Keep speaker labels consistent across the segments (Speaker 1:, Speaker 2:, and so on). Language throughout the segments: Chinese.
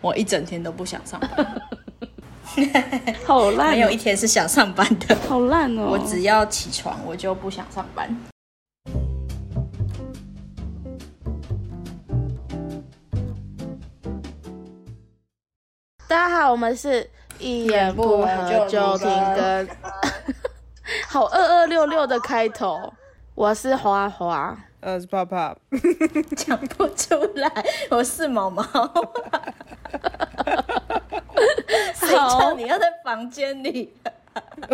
Speaker 1: 我一整天都不想上班，
Speaker 2: 好烂
Speaker 1: 没有一天是想上班的。
Speaker 2: 好烂哦！
Speaker 1: 我只要起床，我就不想上班。
Speaker 2: 大家好，我们是一言不合就停 更，好二二六六的开头。我是花花，
Speaker 3: 呃，是泡泡，
Speaker 1: 讲不出来，我是毛 毛。谁叫你要在房间 里？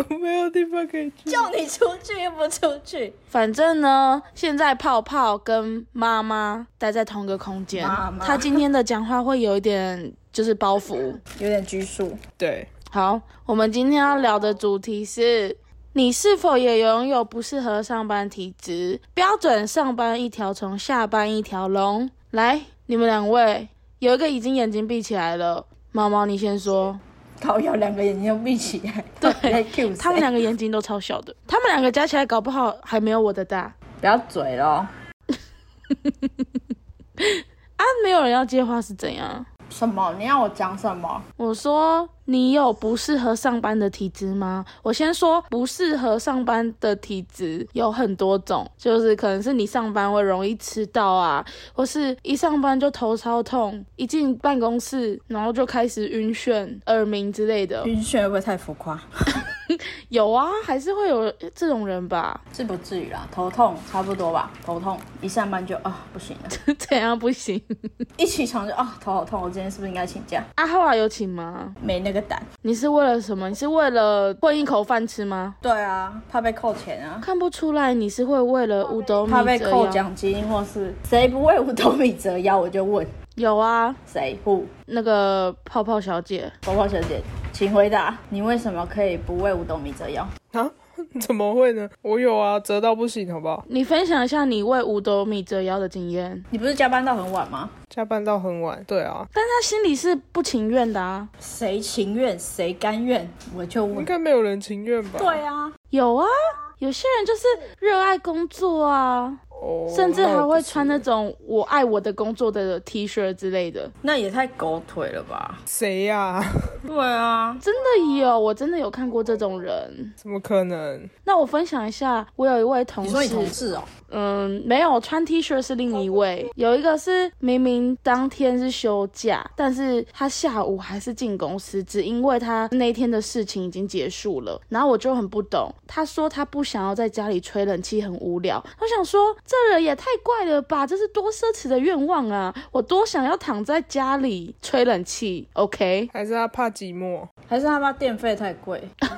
Speaker 3: 我没有地方可以去。
Speaker 1: 叫你出去又不出去，
Speaker 2: 反正呢，现在泡泡跟妈妈待在同个空间
Speaker 1: 妈，妈
Speaker 2: 她今天的讲话会有一点就是包袱。
Speaker 1: 有点拘束。
Speaker 3: 对，
Speaker 2: 好，我们今天要聊的主题是：你是否也拥有不适合上班体质？标准上班一条虫，下班一条龙。来，你们两位有一个已经眼睛闭起来了，毛毛你先说。
Speaker 1: 高瑶两个眼睛都闭起 来，对，在 Q
Speaker 2: 他们
Speaker 1: 谁
Speaker 2: 两个眼睛都超小的，他们两个加起来搞不好还没有我的大。
Speaker 1: 不要嘴咯。
Speaker 2: 啊，没有人要接话是怎样？
Speaker 1: 什么？你要我讲什么？
Speaker 2: 我说你有不适合上班的体质吗？我先说不适合上班的体质有很多种，就是可能是你上班会容易迟到啊，或是一上班就头超痛，一进办公室然后就开始晕眩、耳鸣之类的。
Speaker 1: 晕眩会不会太浮夸？
Speaker 2: 有啊，还是会有这种人吧？
Speaker 1: 是不至于啦，头痛差不多吧。头痛一上班就啊、不行了，
Speaker 2: 怎样不行？
Speaker 1: 一起床就啊、头好痛，我今天是不是应该请假？
Speaker 2: 啊，后来有请吗？
Speaker 1: 没那个胆。
Speaker 2: 你是为了什么？你是为了混一口饭吃吗？
Speaker 1: 对啊，怕被扣钱啊，
Speaker 2: 看不出来你是会为了五斗米
Speaker 1: 怕被
Speaker 2: 折
Speaker 1: 扣
Speaker 2: 腰
Speaker 1: 奖金，或是谁不为五斗米折腰，我就问
Speaker 2: 有啊，
Speaker 1: 谁不。
Speaker 2: 那个泡泡小姐，
Speaker 1: 泡泡小姐，请回答，你为什么可以不为五斗米折腰？
Speaker 3: 啊， 怎么会呢？我有啊，折到不行，好不好？
Speaker 2: 你分享一下你为五斗米折腰的经验，
Speaker 1: 你不是加班到很晚吗？
Speaker 3: 加班到很晚。对啊，
Speaker 2: 但她心里是不情愿的啊。
Speaker 1: 谁情愿谁甘愿，我就
Speaker 3: 应
Speaker 1: 问。
Speaker 3: 该没有人情愿吧？
Speaker 1: 对啊，
Speaker 2: 有啊，有些人就是热爱工作啊，
Speaker 3: 哦，
Speaker 2: 甚至还会
Speaker 3: 那
Speaker 2: 穿那种“我爱我的工作”的 T 恤之类的。
Speaker 1: 那也太狗腿了吧
Speaker 3: 我？谁呀、
Speaker 1: 对啊，
Speaker 2: 真的有，我真的有看过这种人。
Speaker 3: 怎么可能？
Speaker 2: 那我分享一下，我有一位同
Speaker 1: 你
Speaker 2: 事，
Speaker 1: 说你同事哦、
Speaker 2: 嗯，没有穿 T 恤是另一位，有一个是明明当天是休假，但是他下午还是进公司，只因为他那天的事情已经结束了。然后我就很不懂，他说他不想要在家里吹冷气，很无聊。我想说，这人也太怪了吧，这是多奢侈的愿望啊！我多想要躺在家里吹冷气，OK？
Speaker 3: 还是他怕寂寞？
Speaker 1: 还是他妈电费太贵？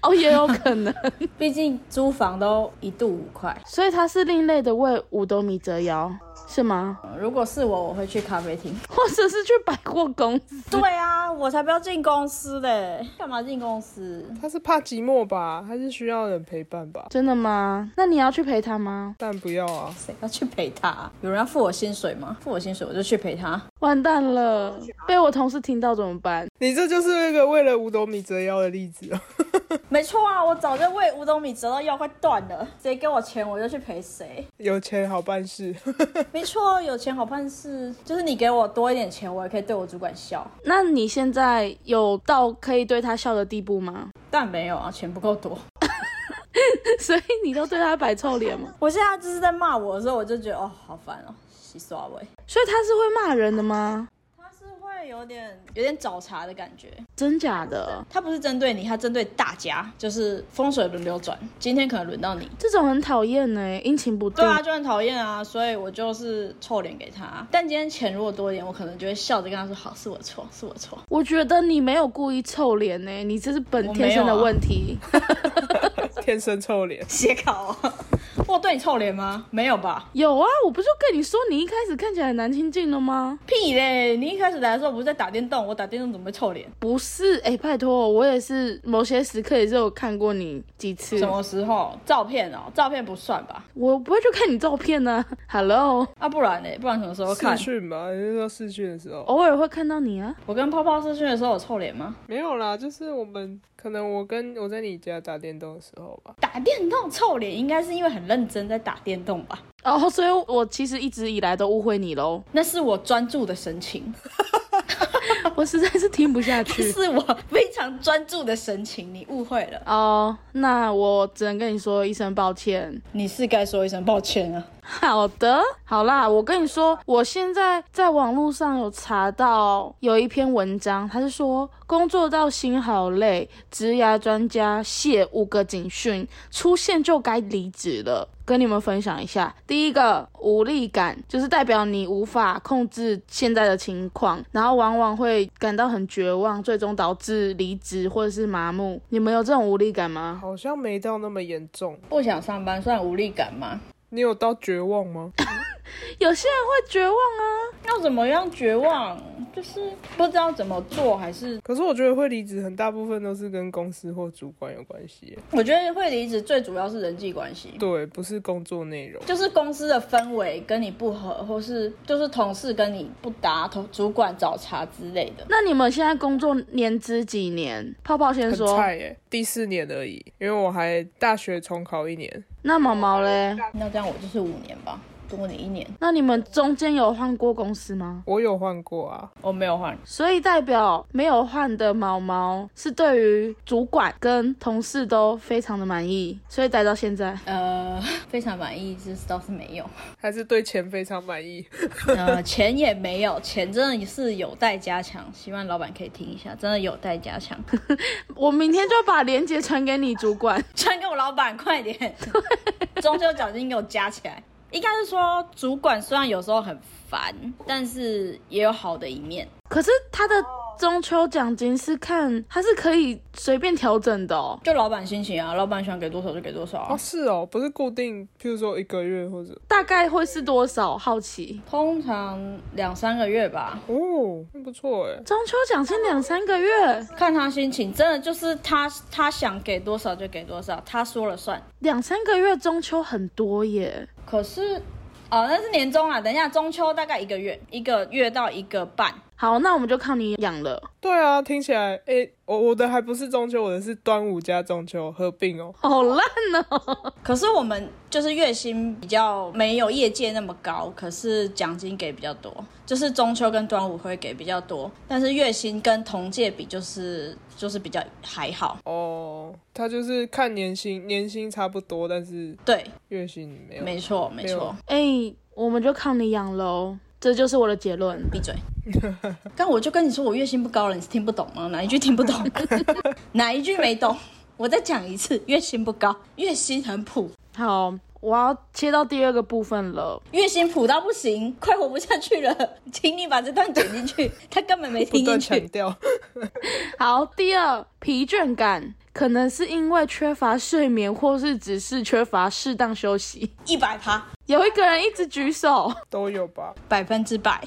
Speaker 2: 哦，也有可能，
Speaker 1: 毕竟租房都一度五块。
Speaker 2: 所以他是另类的为五斗米折腰，是吗？
Speaker 1: 嗯如果是我，我会去咖啡厅。
Speaker 2: 或者是去百货公司？
Speaker 1: 对啊，我才不要进公司嘞！干嘛进公司？
Speaker 3: 他是怕寂寞吧？他是需要人陪伴吧？
Speaker 2: 真的吗？那你要去陪他吗？
Speaker 3: 但不要啊！
Speaker 1: 谁要去陪他啊、有人要付我薪水吗？付我薪水我就去陪他。
Speaker 2: 完蛋了，被我同事听到怎么办？
Speaker 3: 你这就是那个为了五斗米折腰的例子 哦。
Speaker 1: 没错啊，我早就为五斗米折到腰快断了，谁给我钱我就去陪谁。
Speaker 3: 有钱好办事，
Speaker 1: 没错，啊有钱好办事，就是你给我多一点钱，我也可以对我主管笑。
Speaker 2: 那你现在有到可以对他笑的地步吗？
Speaker 1: 但没有啊，钱不够多。
Speaker 2: 所以你都对他摆臭脸吗？
Speaker 1: 我现在就是在骂我的时候，我就觉得哦，好烦哦，洗刷尾。
Speaker 2: 所以他是会骂人的吗？
Speaker 1: 他是会有点有点找茬的感觉，
Speaker 2: 真假的？
Speaker 1: 他不是针对你，他针对大家，就是风水轮流转，今天可能轮到你。
Speaker 2: 这种很讨厌呢，阴晴不定。
Speaker 1: 对啊，就很讨厌啊，所以我就是臭脸给他。但今天钱如果多一点，我可能就会笑着跟他说：“好，是我错，是我错。”
Speaker 2: 我觉得你没有故意臭脸呢，你这是本
Speaker 1: 我没有啊
Speaker 2: 天生的问题。
Speaker 1: 啊
Speaker 3: 天生臭脸。
Speaker 1: 写考、哦， 我对你臭脸吗？没有吧？
Speaker 2: 有啊，我不就跟你说你一开始看起来很难亲近了吗？
Speaker 1: 屁嘞！你一开始来的时候不是在打电动，我打电动怎么会臭脸？
Speaker 2: 不是，哎、拜托，我也是某些时刻也是有看过你几次。
Speaker 1: 什么时候？照片哦，照片不算吧？
Speaker 2: 我不会去看你照片呢、Hello，
Speaker 1: 啊，不然嘞，不然什么时候看
Speaker 3: 试？训吧，你是说试训的时候？
Speaker 2: 偶尔会看到你啊。
Speaker 1: 我跟泡泡试训的时候有臭脸吗？
Speaker 3: 没有啦，就是我们可能我跟我在你家打电动的时候吧。
Speaker 1: 打电动臭脸应该是因为很认真在打电动吧？
Speaker 2: 哦、所以我其实一直以来都误会你喽。
Speaker 1: 那是我专注的神情。
Speaker 2: 我实在是听不下去。
Speaker 1: 是我非常专注的神情，你误会了，
Speaker 2: 哦那我只能跟你说一声抱歉。
Speaker 1: 你是该说一声抱歉啊了。
Speaker 2: 好的，好啦，我跟你说，我现在在网络上有查到有一篇文章，他是说工作到心好累，职涯专家谢五个警讯，出现就该离职了。跟你们分享一下，第一个无力感，就是代表你无法控制现在的情况，然后往往会感到很绝望，最终导致离职或者是麻木。你们有这种无力感吗？
Speaker 3: 好像没到那么严重。
Speaker 1: 不想上班算无力感吗？
Speaker 3: 你有到绝望吗？
Speaker 2: 有些人会绝望啊，
Speaker 1: 要怎么样绝望？就是不知道怎么做，还是
Speaker 3: 可是我觉得会离职，很大部分都是跟公司或主管有关系耶。
Speaker 1: 我觉得会离职最主要是人际关系。
Speaker 3: 对，不是工作内容。
Speaker 1: 就是公司的氛围跟你不合，或是就是同事跟你不搭，同主管找茬之类的。
Speaker 2: 那你们现在工作年资几年？泡泡先
Speaker 3: 很
Speaker 2: 说。
Speaker 3: 菜耶，第四年而已，因为我还大学重考一年。
Speaker 2: 那毛毛嘞？
Speaker 1: 那这样我就是五年吧，多你一年，
Speaker 2: 那你们中间有换过公司吗？
Speaker 3: 我有换过啊，
Speaker 1: 我没有换。
Speaker 2: 所以代表没有换的毛毛是对于主管跟同事都非常的满意，所以待到现在。
Speaker 1: 呃， 非常满意，这倒是没有。
Speaker 3: 还是对钱非常满意。
Speaker 1: 呃， 钱也没有，钱真的是有待加强，希望老板可以听一下，真的有待加强。
Speaker 2: 我明天就把链接传给你主 管。
Speaker 1: 传给我老板，快点！中秋奖金给我加起来。应该是说，主管虽然有时候很烦，但是也有好的一面。
Speaker 2: 可是他的中秋奖金是看他是可以随便调整的哦，
Speaker 1: 就老板心情啊，老板想给多少就给多少、
Speaker 3: 哦，
Speaker 1: 啊。
Speaker 3: 是哦，不是固定，譬如说一个月或者
Speaker 2: 大概会是多少？好奇。
Speaker 1: 通常两三个月吧，
Speaker 3: 哦，那不错哎。
Speaker 2: 中秋奖金两三个月，
Speaker 1: 看他心情，真的就是他他想给多少就给多少，他说了算。
Speaker 2: 两三个月中秋很多耶。
Speaker 1: 可是，哦，那是年终啊，等一下中秋大概一个月，一个月到一个半。
Speaker 2: 好，那我们就靠你养了。
Speaker 3: 对啊，听起来哎、我我的还不是中秋，我的是端午加中秋合并哦。
Speaker 2: 好烂哦！
Speaker 1: 可是我们就是月薪比较没有业界那么高，可是奖金给比较多，就是中秋跟端午会给比较多，但是月薪跟同届比就是就是比较还好。
Speaker 3: 哦，他就是看年薪，年薪差不多，但是
Speaker 1: 对，
Speaker 3: 月薪没有。
Speaker 1: 没错，没
Speaker 3: 没
Speaker 1: 错
Speaker 3: 有。
Speaker 2: 哎、我们就靠你养喽，这就是我的结论。
Speaker 1: 闭 嘴！刚我就跟你说我月薪不高了，你是听不懂吗？哪一句听不懂？ 哪一句没懂？我再讲一次，月薪不高，月薪很普，
Speaker 2: 好，我要切到第二个部分了。
Speaker 1: 月薪普到不行，快活不下去了，请你把这段剪进去，他根本没
Speaker 3: 不
Speaker 1: 听进
Speaker 3: 断强
Speaker 1: 去。
Speaker 3: 调，
Speaker 2: 好，第二，疲倦感可能是因为缺乏睡眠，或是只是缺乏适当休息。
Speaker 1: 一百趴，
Speaker 2: 有一个人一直举 手，
Speaker 3: 都有吧？
Speaker 1: 百分之百，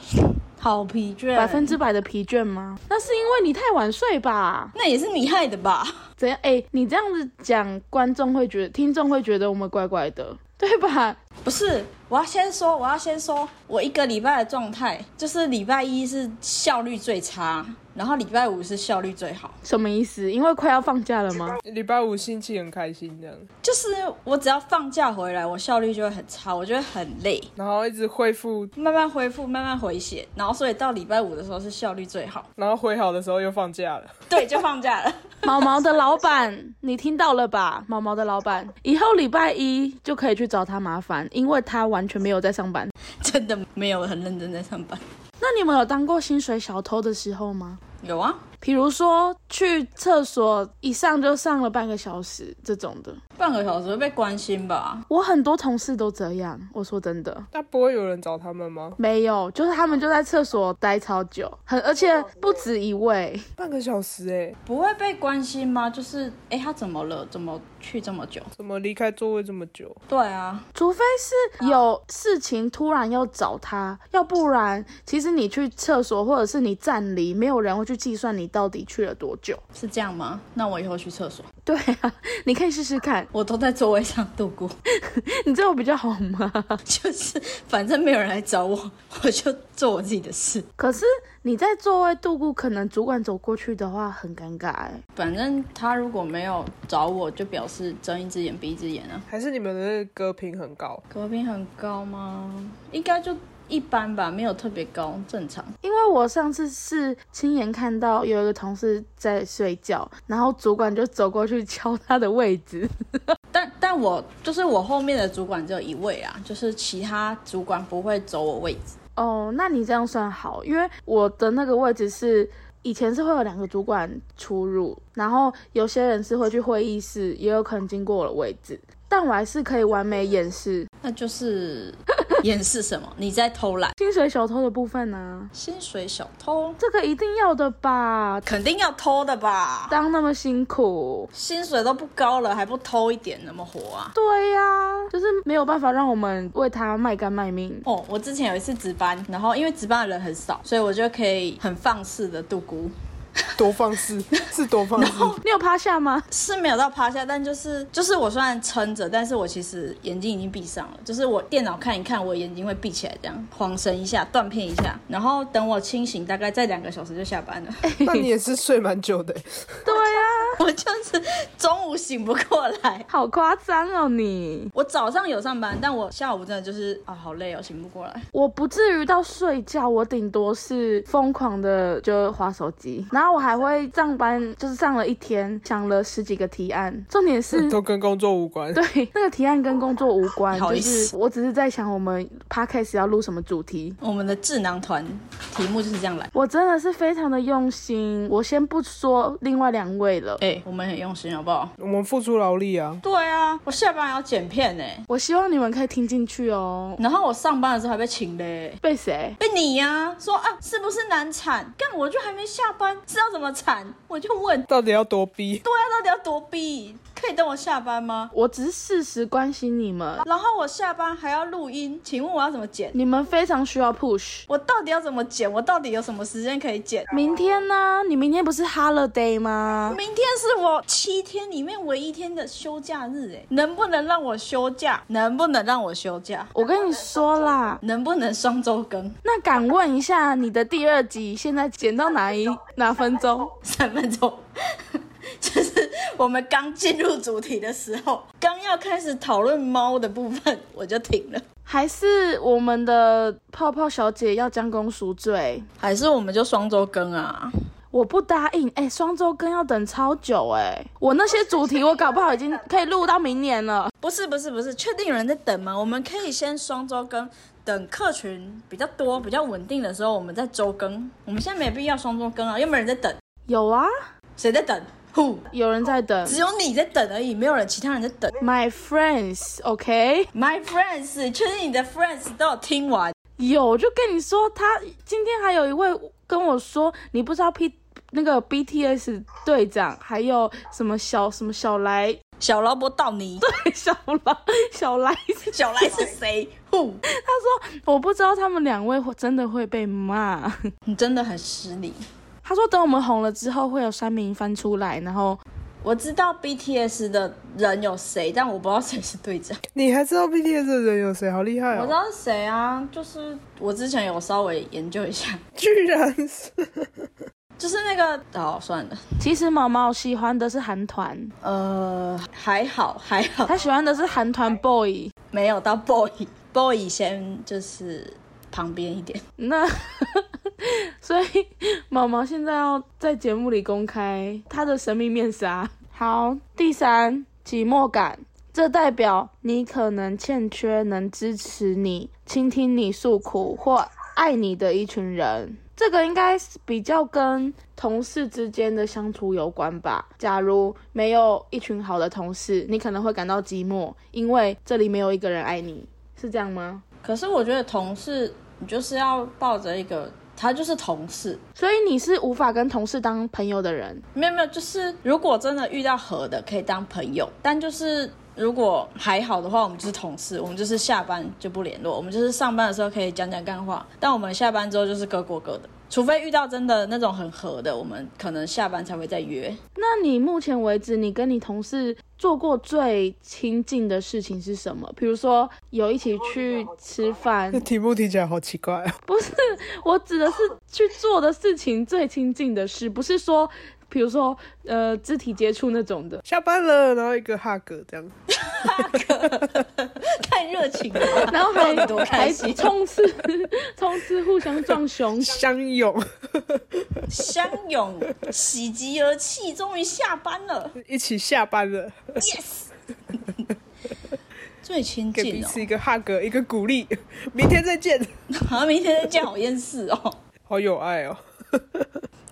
Speaker 1: 好疲倦，
Speaker 2: 百分之百的疲倦吗？那是因为你太晚睡吧？
Speaker 1: 那也是你害的吧？
Speaker 2: 怎样？哎、你这样子讲，观众会觉得，听众会觉得我们怪怪的，对吧？
Speaker 1: 不是，我要先说，我要先说，我一个礼拜的状态就是礼拜一是效率最差，然后礼拜五是效率最好。
Speaker 2: 什么意思？因为快要放假了吗？
Speaker 3: 礼拜五心情很开心这样，
Speaker 1: 就是我只要放假回来，我效率就会很差，我就会很累，
Speaker 3: 然后一直恢复，
Speaker 1: 慢慢恢复，慢慢回血，然后所以到礼拜五的时候是效率最好，
Speaker 3: 然后回好的时候又放假了。
Speaker 1: 对，就放假 了。
Speaker 2: 毛毛的老板，你听到了吧？毛毛的老板，以后礼拜一就可以去找他麻烦，因为他完全没有在上班。
Speaker 1: 真的没有很认真在上班。
Speaker 2: 那你们有当过薪水小偷的时候吗？
Speaker 1: 有啊，
Speaker 2: 比如说去厕所一上就上了半个小时这种的，
Speaker 1: 半个小时会被关心吧？
Speaker 2: 我很多同事都这样。我说真的，
Speaker 3: 那不会有人找他们吗？
Speaker 2: 没有，就是他们就在厕所待超久，很而且不止一位。
Speaker 3: 半个小时哎、
Speaker 1: 不会被关心吗？就是，哎，他怎么了？怎么去这么久？
Speaker 3: 怎么离开座位这么久？
Speaker 1: 对啊，
Speaker 2: 除非是有事情突然要找他，要不然其实你去厕所或者是你站离，没有人会去计算你到底去了多久。
Speaker 1: 是这样吗？那我以后去厕所，
Speaker 2: 对啊，你可以试试看，
Speaker 1: 我都在座位上度过，
Speaker 2: 你这样比较好吗？
Speaker 1: 就是反正没有人来找我， 我就做我自己的事。
Speaker 2: 可是你在座位度过，可能主管走过去的话很尴尬哎、
Speaker 1: 反正他如果没有找我，就表示睁一只眼闭一只眼啊。
Speaker 3: 还是你们的那个歌评很高？
Speaker 1: 隔壁很高吗？应该就一般吧，没有特别高，正常。
Speaker 2: 因为我上次是亲眼看到有一个同事在睡觉，然后主管就走过去敲他的位置。
Speaker 1: 但但我就是我后面的主管只有一位啦，就是其他主管不会走我位置。
Speaker 2: 哦，那你这样算好，因为我的那个位置是以前是会有两个主管出入，然后有些人是会去会议室，也有可能经过我的位置，但我还是可以完美掩饰
Speaker 1: 那就是 掩饰什么？你在偷懒，
Speaker 2: 薪水小偷的部分呢、
Speaker 1: 薪水小偷，
Speaker 2: 这个一定要的吧？
Speaker 1: 肯定要偷的吧？
Speaker 2: 当那么辛苦，
Speaker 1: 薪水都不高了，还不偷一点，怎么活啊？
Speaker 2: 对呀、就是没有办法让我们为他卖肝卖命。
Speaker 1: 哦，我之前有一次值班，然后因为值班的人很少，所以我就可以很放肆的度孤，
Speaker 3: 多放肆，是多放 肆。
Speaker 2: 哦你有趴下吗？
Speaker 1: 是没有到趴下，但就是就是我虽然撑着，但是我其实眼睛已经闭上了，就是我电脑看一看，我眼睛会闭起来，这样晃神一下，断片一下，然后等我清醒，大概在两个小时就下班了。
Speaker 3: 那你也是睡蛮久的欸，。
Speaker 2: 对呀、
Speaker 1: 我就是 中午醒不过来。
Speaker 2: 好夸张哦你！
Speaker 1: 我早上有上班，但我下午真的就是啊，好累哦，醒不过来。
Speaker 2: 我不至于到睡觉，我顶多是疯狂的就划手机，然后我还会上班，就是上了一天，想了十几个提案，重点 是
Speaker 3: 都跟工作无关。
Speaker 2: 对，那个提案跟工作无关，
Speaker 1: 不好
Speaker 2: 就
Speaker 1: 意思
Speaker 2: 是我只是在想我们 podcast 要录什么主题。
Speaker 1: 我们的智囊团题目就是这样来。
Speaker 2: 我真的是非常的用心，我先不说另外两位了，
Speaker 1: 哎、我们很用心，好不好？
Speaker 3: 我们付出劳力啊，
Speaker 1: 对啊，我下班还要剪片呢、
Speaker 2: 我希望你们可以听进去哦。
Speaker 1: 然后我上班的时候还被请嘞、
Speaker 2: 被谁？
Speaker 1: 被你呀、说啊，是不是难产？干，我就还没下班，知道怎么产？我就问，
Speaker 3: 到底要多逼？
Speaker 1: 对啊，到底要多逼？可以等我下班吗？
Speaker 2: 我只是适时关心你们，
Speaker 1: 然后我下班还要录音，请问我要怎么剪？
Speaker 2: 你们非常需要 push。
Speaker 1: 我到底要怎么剪？我到底有什么时间可以剪？
Speaker 2: 明天呢？你明天不是 holiday 吗？
Speaker 1: 明天是我七天里面唯一一天的休假日，哎，能不能让我休假？能不能让我休假？
Speaker 2: 我跟你说啦，
Speaker 1: 能不能双周更？
Speaker 2: 那敢问一下，你的第二集现在剪到哪一哪分钟？
Speaker 1: 三分钟， 就是我们刚进入主题的时候，刚要开始讨论猫的部分， 我就停了。
Speaker 2: 还是我们的泡泡小姐要将功赎罪？
Speaker 1: 还是我们就双周更啊？
Speaker 2: 我不答应。哎、双周更要等超久哎、我那些主题我搞不好已经可以录到明年了。
Speaker 1: 不是不是不是，确定有人在等吗？我们可以先双周更，等客群比较多、比较稳定的时候，我们再周更。我们现在没必要双周更啊，又没人在等，
Speaker 2: 有啊，
Speaker 1: 谁在等？Who？
Speaker 2: 有人在等。
Speaker 1: 只有你在等而已，没有人，其他人在等。
Speaker 2: My friends，OK，、
Speaker 1: My friends，确定你的 friends 都有听完？
Speaker 2: 有就跟你说，他今天还有一位跟我说，你不知道 P 那个 BTS 队长，还有什么小什么小来
Speaker 1: 小劳勃到你，
Speaker 2: 小来小来，
Speaker 1: 小来是谁？Who？
Speaker 2: 我不知道他们两位会真的会被骂。
Speaker 1: 你真的很失礼。
Speaker 2: 他说等我们红了之后，会有三名翻出来，然后
Speaker 1: 我知道 BTS 的人有谁，但我不知道谁是队长。
Speaker 3: 你还知道 BTS 的人有谁？好厉害
Speaker 1: 我知
Speaker 3: 哦！
Speaker 1: 道是谁啊，就是我之前有稍微研究一下，
Speaker 3: 居然是
Speaker 1: 就是那个哦，算了，
Speaker 2: 其实毛毛喜欢的是韩团，
Speaker 1: 呃，还好还好，
Speaker 2: 他喜欢的是韩团 boy。
Speaker 1: 没有到 boy boy 先就是旁边一点。
Speaker 2: 那所以毛毛现在要在节目里公开他的神秘面纱。好，第三，寂寞感，这代表你可能欠缺能支持你、倾听你诉苦或爱你的一群人。这个应该是比较跟同事之间的相处有关吧。假如没有一群好的同事，你可能会感到寂寞，因为这里没有一个人爱你，是这样吗？
Speaker 1: 可是我觉得同事，你就是要抱着一个，他就是同事，
Speaker 2: 所以你是无法跟同事当朋友的人，
Speaker 1: 没有没有，就是如果真的遇到合的，可以当朋友，但就是。如果还好的话，我们就是同事，我们就是下班就不联络，我们就是上班的时候可以讲讲干话，但我们下班之后就是各过各的，除非遇到真的那种很合的，我们可能下班才会再约。
Speaker 2: 那你目前为止，你跟你同事做过最亲近的事情是什么？比如说有一起去吃饭
Speaker 3: 这，题目听起来好奇怪哦。
Speaker 2: 不是我指的是去做的事情最亲近的事，不是说比如说呃肢体接触那种 的，
Speaker 3: 下班了，然后一个 hug 这样，
Speaker 1: 太热情了吧，
Speaker 2: 然后还
Speaker 1: 到底多开
Speaker 2: 还
Speaker 1: 心
Speaker 2: 冲刺冲刺互相撞 胸，
Speaker 3: 相拥，
Speaker 1: 相拥，喜极而泣，终于下班了
Speaker 3: 一起下班了，
Speaker 1: ，yes，最亲
Speaker 3: 给
Speaker 1: 近
Speaker 3: 彼
Speaker 1: 哦，
Speaker 3: 此一个 hug，一个鼓励，明天再见，
Speaker 1: 好像明天再见，好厌世哦。
Speaker 3: 好有爱哦。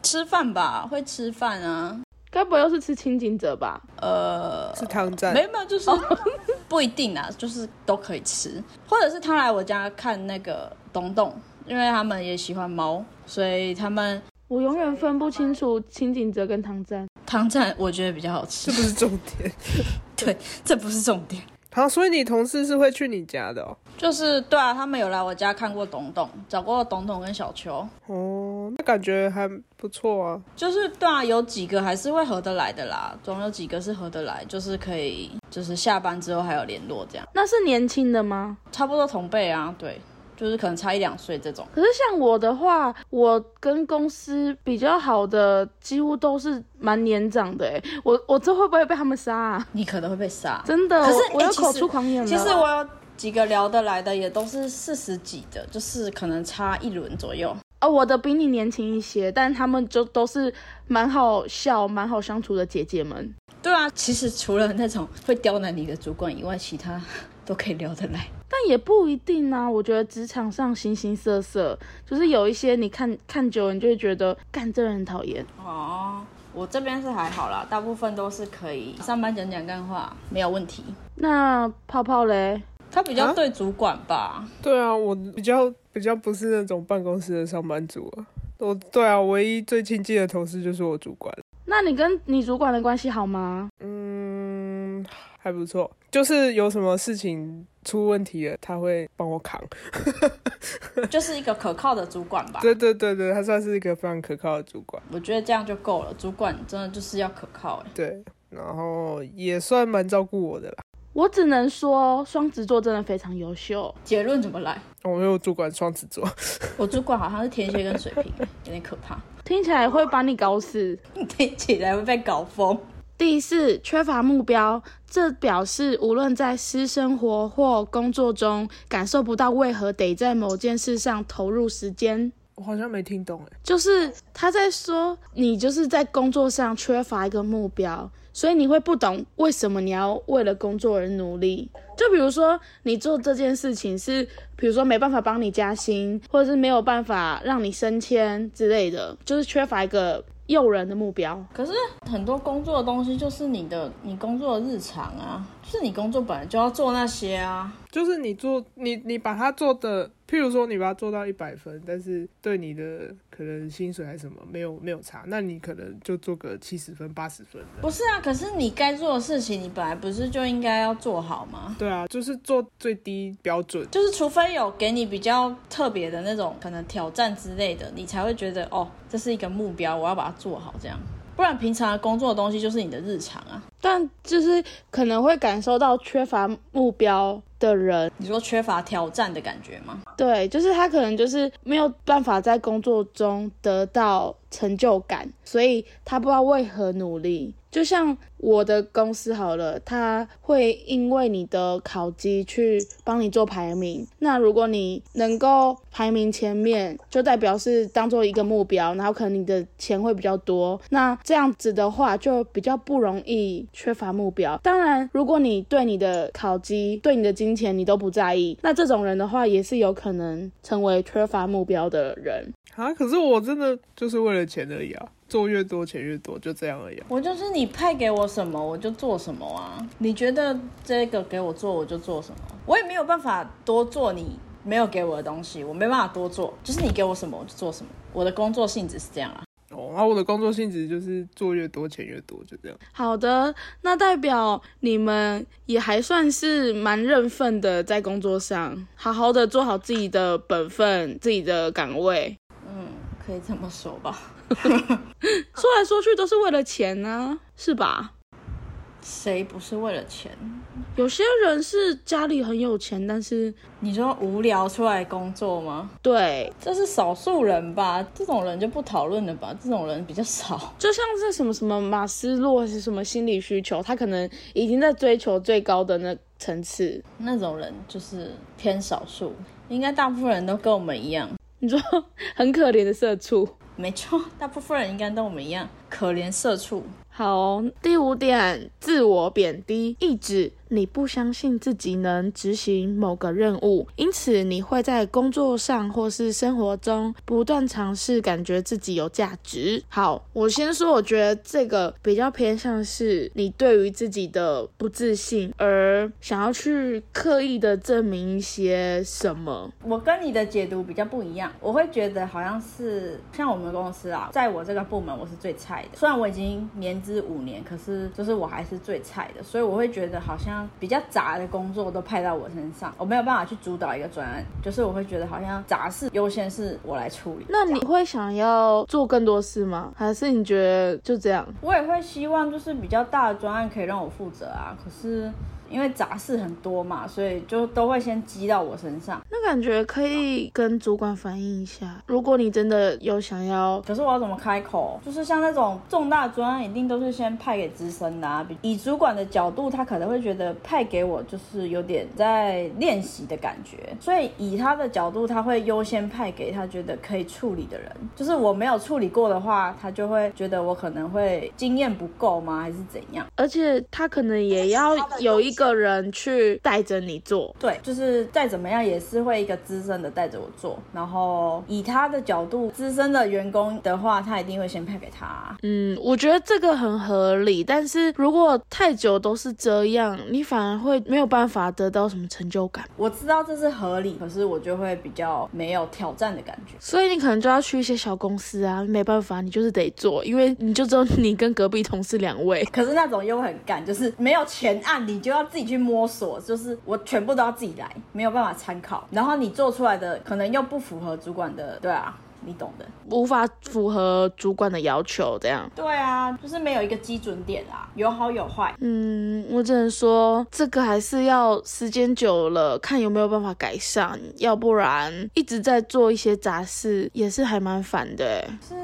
Speaker 1: 吃饭吧，会吃饭啊，
Speaker 2: 该不会又是吃清景者吧？
Speaker 1: 呃，
Speaker 3: 是汤站
Speaker 1: 没，有没有，就是 不一定啊，就是都可以吃，或者是他来我家看那个东东，因为他们也喜欢猫，所以他们
Speaker 2: 我永远分不清楚清景泽跟唐战。
Speaker 1: 汤站我觉得比较好吃
Speaker 3: 这，不是重点。
Speaker 1: 这不是重点。
Speaker 3: 好，所以你同事是会去你家的哦。
Speaker 1: 就是对啊，他们有来我家看过董董，找过董董跟小秋，
Speaker 3: 哦，那感觉还不错啊。
Speaker 1: 就是对啊，有几个还是会合得来的啦，总有几个是合得来，就是可以，就是下班之后还有联络这样，
Speaker 2: 那是年轻的吗？
Speaker 1: 差不多同辈啊，对，就是可能差一两岁这种。
Speaker 2: 可是像我的话，我跟公司比较好的几乎都是蛮年长的、欸，我我这会不会被他们杀、啊？
Speaker 1: 你可能会被杀。
Speaker 2: 真的，
Speaker 1: 可是
Speaker 2: 我
Speaker 1: 欸
Speaker 2: 我有
Speaker 1: 其
Speaker 2: 口
Speaker 1: 实
Speaker 2: 出狂言了。
Speaker 1: 其实我有几个聊得来的，也都是四十几的，就是可能差一轮左右。
Speaker 2: 哦，我的比你年轻一些，但他们就都是蛮好笑、蛮好相处的姐姐们。
Speaker 1: 对啊，其实除了那种会刁难你的主管以外，其他都可以聊得来。
Speaker 2: 但也不一定啊，我觉得职场上形形色色，就是有一些你看看久了，你就会觉得干这人很讨厌。
Speaker 1: 哦，我这边是还好啦，大部分都是可以上班讲讲干话，没有问题。
Speaker 2: 那泡泡嘞，
Speaker 1: 他比较
Speaker 3: 啊
Speaker 1: 对主管吧，
Speaker 3: 对啊，我比较比较不是那种办公室的上班族啊。我对啊，唯一最亲近的同事就是我主管，
Speaker 2: 那你跟你主管的关系好吗？
Speaker 3: 嗯，还不错。就是有什么事情出问题了，他会帮我扛。
Speaker 1: 就是一个可靠的主管吧。
Speaker 3: 对对对对，他算是一个非常可靠的主管。
Speaker 1: 我觉得这样就够了，主管真的就是要可靠、欸。
Speaker 3: 对，然后也算蛮照顾我的啦。
Speaker 2: 我只能说，双子座真的非常优秀。
Speaker 1: 结论怎么来？
Speaker 3: 我因为我主管双子座，
Speaker 1: 我主管好像是天蝎跟水瓶，有点可怕。
Speaker 2: 听起来会把你搞死。
Speaker 1: 听起来会被搞疯。
Speaker 2: 第四，缺乏目标，这表示无论在私生活或工作中，感受不到为何得在某件事上投入时间。
Speaker 3: 我好像没听懂哎。
Speaker 2: 就是他在说你就是在工作上缺乏一个目标，所以你会不懂为什么你要为了工作而努力。就比如说你做这件事情是，比如说没办法帮你加薪，或者是没有办法让你升迁之类的，就是缺乏一个诱人的目标。
Speaker 1: 可是很多工作的东西就是你的，你工作的日常啊，就是你工作本来就要做那些啊。
Speaker 3: 就是你做你你把它做的，譬如说你把它做到一百分，但是对你的可能薪水还是什么没有没有差，那你可能就做个七十分八十分的。
Speaker 1: 不是啊，可是你该做的事情，你本来不是就应该要做好吗？
Speaker 3: 对啊，就是做最低标准。
Speaker 1: 就是除非有给你比较特别的那种可能挑战之类的，你才会觉得哦，这是一个目标，我要把它做好这样。不然平常的工作的东西就是你的日常啊。
Speaker 2: 但就是可能会感受到缺乏目标的人，
Speaker 1: 你说缺乏挑战的感觉吗？
Speaker 2: 对，就是他可能就是没有办法在工作中得到成就感，所以他不知道为何努力。就像我的公司好了，他会因为你的考绩去帮你做排名。那如果你能够排名前面，就代表是当做一个目标，然后可能你的钱会比较多。那这样子的话，就比较不容易缺乏目标。当然，如果你对你的考绩、对你的金钱你都不在意，那这种人的话也是有可能成为缺乏目标的人。
Speaker 3: 啊，可是我真的就是为了钱而已啊，做越多钱越多，就这样而已、啊。
Speaker 1: 我就是你派给我什么我就做什么啊！你觉得这个给我做我就做什么，我也没有办法多做你没有给我的东西，我没办法多做，就是你给我什么我就做什么。我的工作性质是这样啊，
Speaker 3: 哦，然后我的工作性质就是做越多钱越多，就这样。
Speaker 2: 好的，那代表你们也还算是蛮认份的，在工作上好好的做好自己的本分、自己的岗位。
Speaker 1: 嗯，可以这么说吧。
Speaker 2: 说来说去都是为了钱呢、是吧？
Speaker 1: 谁不是为了钱？
Speaker 2: 有些人是家里很有钱，但是
Speaker 1: 你说无聊出来工作吗？
Speaker 2: 对，
Speaker 1: 这是少数人吧，这种人就不讨论了吧，这种人比较少。
Speaker 2: 就像是什么什么马斯洛是什么心理需求，他可能已经在追求最高的那层次。
Speaker 1: 那种人就是偏少数，应该大部分人都跟我们一样。
Speaker 2: 你说很可怜的社畜。
Speaker 1: 没错，大部分人应该跟我们一样，可怜社畜。
Speaker 2: 好，第五点，自我贬低，意指你不相信自己能执行某个任务，因此你会在工作上或是生活中不断尝试，感觉自己有价值。好，我先说，我觉得这个比较偏向是你对于自己的不自信，而想要去刻意的证明一些什么。
Speaker 1: 我跟你的解读比较不一样，我会觉得好像是像我们公司啊，在我这个部门我是最菜的。虽然我已经年资五年，可是就是我还是最菜的，所以我会觉得好像比较杂的工作都派到我身上，我没有办法去主导一个专案，就是我会觉得好像杂事优先是我来处理。
Speaker 2: 那你会想要做更多事吗？还是你觉得就这样？
Speaker 1: 我也会希望就是比较大的专案可以让我负责啊，可是因为杂事很多嘛，所以就都会先积到我身上。
Speaker 2: 那感觉可以跟主管反映一下，如果你真的有想要，
Speaker 1: 可是我要怎么开口？就是像那种重大专案，一定都是先派给资深的啊。比以主管的角度，他可能会觉得派给我就是有点在练习的感觉，所以以他的角度，他会优先派给他觉得可以处理的人。就是我没有处理过的话，他就会觉得我可能会经验不够吗？还是怎样？
Speaker 2: 而且他可能也要有一个人去带着你做。
Speaker 1: 对，就是再怎么样也是会一个资深的带着我做，然后以他的角度，资深的员工的话，他一定会先派给他。啊
Speaker 2: 嗯，我觉得这个很合理，但是如果太久都是这样，你反而会没有办法得到什么成就感，
Speaker 1: 我知道这是合理，可是我就会比较没有挑战的感觉。
Speaker 2: 所以你可能就要去一些小公司啊，没办法，你就是得做，因为你就只有你跟隔壁同事两位。
Speaker 1: 可是那种又很干，就是没有前案，你就要自己去摸索，就是我全部都要自己来，没有办法参考。然后你做出来的可能又不符合主管的，对啊，你懂的。
Speaker 2: 无法符合主管的要求，这样。
Speaker 1: 对啊，就是没有一个基准点啊，有好有坏。
Speaker 2: 嗯，我只能说这个还是要时间久了看有没有办法改善，要不然一直在做一些杂事也是还蛮烦的欸。
Speaker 1: 是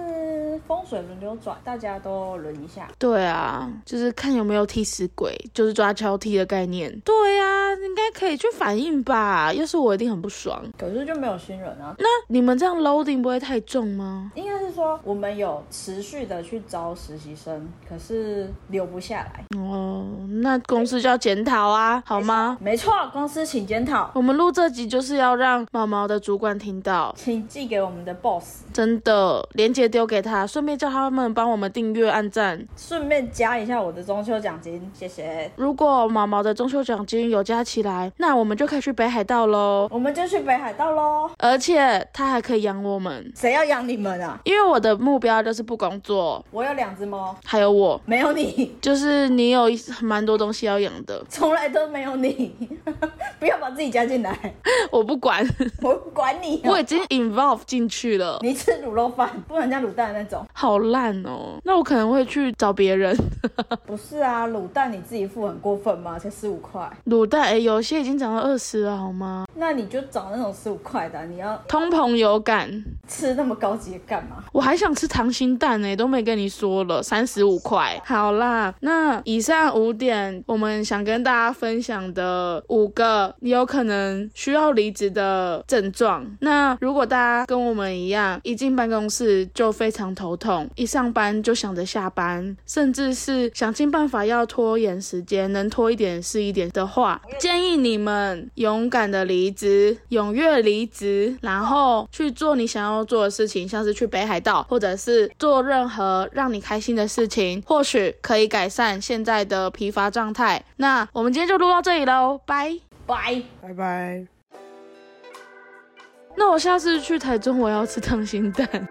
Speaker 1: 风水轮流转，大家都轮一下。
Speaker 2: 对啊，就是看有没有替死鬼，就是抓交替的概念。对啊，应该可以去反映吧。要是我一定很不爽。
Speaker 1: 可是就没有新人啊，
Speaker 2: 那你们这样 loading 不会太重吗？
Speaker 1: 应该是说我们有持续的去招实习生，可是留不下来。
Speaker 2: 哦，那公司就要检讨啊，好吗？
Speaker 1: 没错，公司请检讨，
Speaker 2: 我们录这集就是要让毛毛的主管听到，
Speaker 1: 请寄给我们的 boss，
Speaker 2: 真的，链接丢给他，顺便叫他们帮我们订阅、按赞。
Speaker 1: 顺便加一下我的中秋奖金，谢谢。
Speaker 2: 如果毛毛的中秋奖金有加起来，那我们就可以去北海道喽，
Speaker 1: 我们就去北海道喽。
Speaker 2: 而且他还可以养我们，
Speaker 1: 谁要养你们啊？
Speaker 2: 因为我的目标就是不工作，
Speaker 1: 我有两只猫，
Speaker 2: 还有我，
Speaker 1: 没有你，
Speaker 2: 就是你有一蛮多东西要养的，
Speaker 1: 从来都没有你， 不要把自己加进来，
Speaker 2: 我不管，
Speaker 1: 我不管你啊、
Speaker 2: 我已经 involve 进去了，
Speaker 1: 你吃卤肉饭，不能加卤蛋的那种。
Speaker 2: 好烂哦，那我可能会去找别人。
Speaker 1: 不是啊，卤蛋你自己付很过分吗？才十五块，
Speaker 2: 卤蛋，哎，有些已经涨到二十了，好吗？
Speaker 1: 那你就找那种十五块的啊、你要
Speaker 2: 通膨有感，
Speaker 1: 吃那么高级的干嘛？
Speaker 2: 我还想吃溏心蛋呢、都没跟你说了，三十五块。好啦，那以上五点我们想跟大家分享的五个你有可能需要离职的症状。那如果大家跟我们一样，一进办公室就非常头痛，一上班就想着下班，甚至是想尽办法要拖延时间，能拖一点是一点的话，建议你们勇敢的离职，踊跃离职，然后去做你想要做的事情，像是去北海道，或者是做任何让你开心的事情，或许可以改善现在的疲乏状态。那我们今天就录到这里喽，拜。
Speaker 1: 拜。
Speaker 3: 拜拜。
Speaker 2: 那我下次去台中，我要吃溏心蛋。